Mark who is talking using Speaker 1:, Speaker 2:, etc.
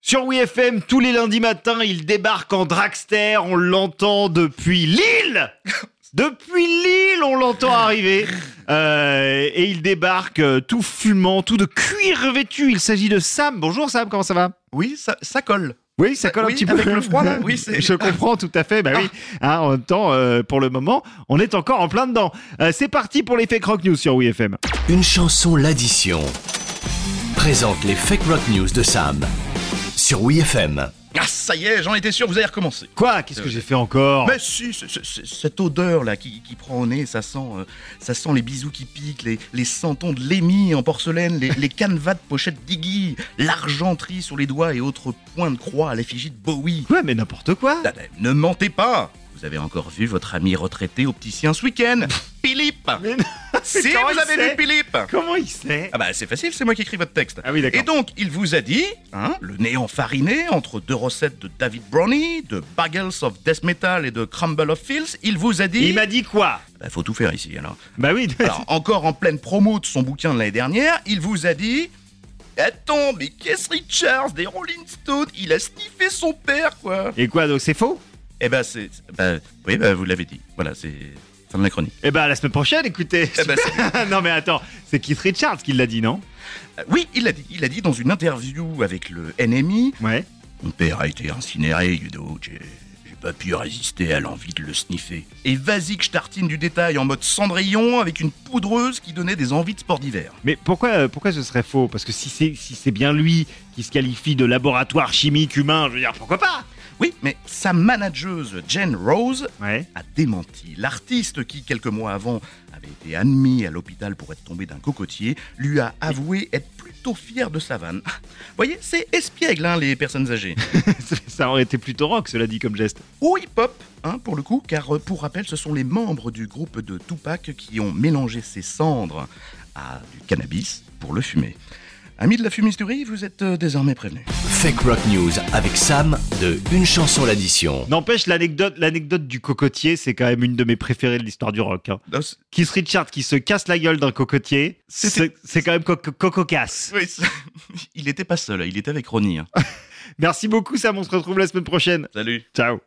Speaker 1: Sur WeFM, tous les lundis matins, il débarque en dragster. On l'entend depuis Lille Depuis Lille, on l'entend arriver. Euh, et il débarque euh, tout fumant, tout de cuir revêtu. Il s'agit de Sam. Bonjour Sam, comment ça va
Speaker 2: Oui, ça, ça colle.
Speaker 1: oui, ça colle
Speaker 2: Oui,
Speaker 1: un petit peu.
Speaker 2: avec le froid, là, oui, c'est- Ah.
Speaker 1: Je comprends tout à fait. Bah oui. Hein, en même temps, euh, pour le moment, on est encore en plein dedans. Euh, c'est parti pour l'effet Croc News sur WeFM.
Speaker 3: Une chanson l'addition présente les fake rock news de Sam sur WeFM.
Speaker 2: Ah, ça y est, j'en étais sûr, vous allez recommencer.
Speaker 1: Quoi Qu'est-ce que j'ai fait encore
Speaker 2: Mais si, ce- ce- ce- cette odeur là qui, qui prend au nez, ça sent, euh, ça sent les bisous qui piquent, les, les sentons de l'émi en porcelaine, les, les canevas de pochette d'Iggy, l'argenterie sur les doigts et autres points de croix à l'effigie de Bowie.
Speaker 1: Quoi Mais n'importe quoi
Speaker 2: Ah ben, ne mentez pas Vous avez encore vu votre ami retraité opticien ce week-end Philippe
Speaker 1: Mais non, mais
Speaker 2: Si
Speaker 1: comment
Speaker 2: vous
Speaker 1: il
Speaker 2: avez
Speaker 1: sait
Speaker 2: vu Philippe
Speaker 1: Comment il sait
Speaker 2: Ah bah c'est facile, c'est moi qui écris votre texte.
Speaker 1: Ah oui, d'accord.
Speaker 2: Et donc, il vous a dit, hein, le néant fariné entre deux recettes de David Brownie, de Bagels of Death Metal et de Crumble of Fields, il vous a dit...
Speaker 1: Il m'a dit quoi
Speaker 2: Bah, faut tout faire ici, alors.
Speaker 1: Bah oui.
Speaker 2: alors, encore en pleine promo de son bouquin de l'année dernière, il vous a dit... Attends, mais qu'est-ce Richards des Rolling Stones Il a sniffé son père, quoi
Speaker 1: Et quoi Donc c'est faux
Speaker 2: Eh ben, c'est... c'est- Bah, oui, bah, vous l'avez dit. Voilà, c'est... Fin de la chronique.
Speaker 1: Eh ben à la semaine prochaine, écoutez.
Speaker 2: Eh ben, c'est-
Speaker 1: non mais attends, c'est Keith Richards qui l'a dit, non
Speaker 2: Euh, oui, il l'a dit. Il l'a dit dans une interview avec le NMI.
Speaker 1: Ouais.
Speaker 2: Mon père a été incinéré, you know, j'ai j'ai pas pu résister à l'envie de le sniffer. Et vas-y que je tartine du détail en mode cendrillon avec une poudreuse qui donnait des envies de sport d'hiver.
Speaker 1: Mais pourquoi, euh, pourquoi ce serait faux Parce que si c'est si c'est bien lui qui se qualifie de laboratoire chimique humain, je veux dire pourquoi pas
Speaker 2: Oui, mais sa manageuse Jen Rose
Speaker 1: Ouais.
Speaker 2: a démenti. L'artiste qui, quelques mois avant, avait été admis à l'hôpital pour être tombé d'un cocotier, lui a avoué être plutôt fier de sa vanne. Ah, Voyez, c'est espiègle, hein, les personnes âgées.
Speaker 1: Ça aurait été plutôt rock, cela dit comme geste.
Speaker 2: ou hip-hop, hein, pour le coup, car euh, pour rappel, ce sont les membres du groupe de Tupac qui ont mélangé ses cendres à du cannabis pour le fumer. Amis de la fumisterie, vous êtes euh, désormais prévenus.
Speaker 3: Fake rock news avec Sam de Une chanson l'addition.
Speaker 1: N'empêche, l'anecdote l'anecdote du cocotier, c'est quand même une de mes préférées de l'histoire du rock. hein.
Speaker 2: Non, c'est-
Speaker 1: Keith Richards qui se casse la gueule d'un cocotier, c'est
Speaker 2: C'était-
Speaker 1: c'est quand même co- co- coco-casse.
Speaker 2: oui, c'est- il n'était pas seul, il était avec Ronnie. hein.
Speaker 1: Merci beaucoup, Sam. On se retrouve la semaine prochaine.
Speaker 2: Salut.
Speaker 1: Ciao.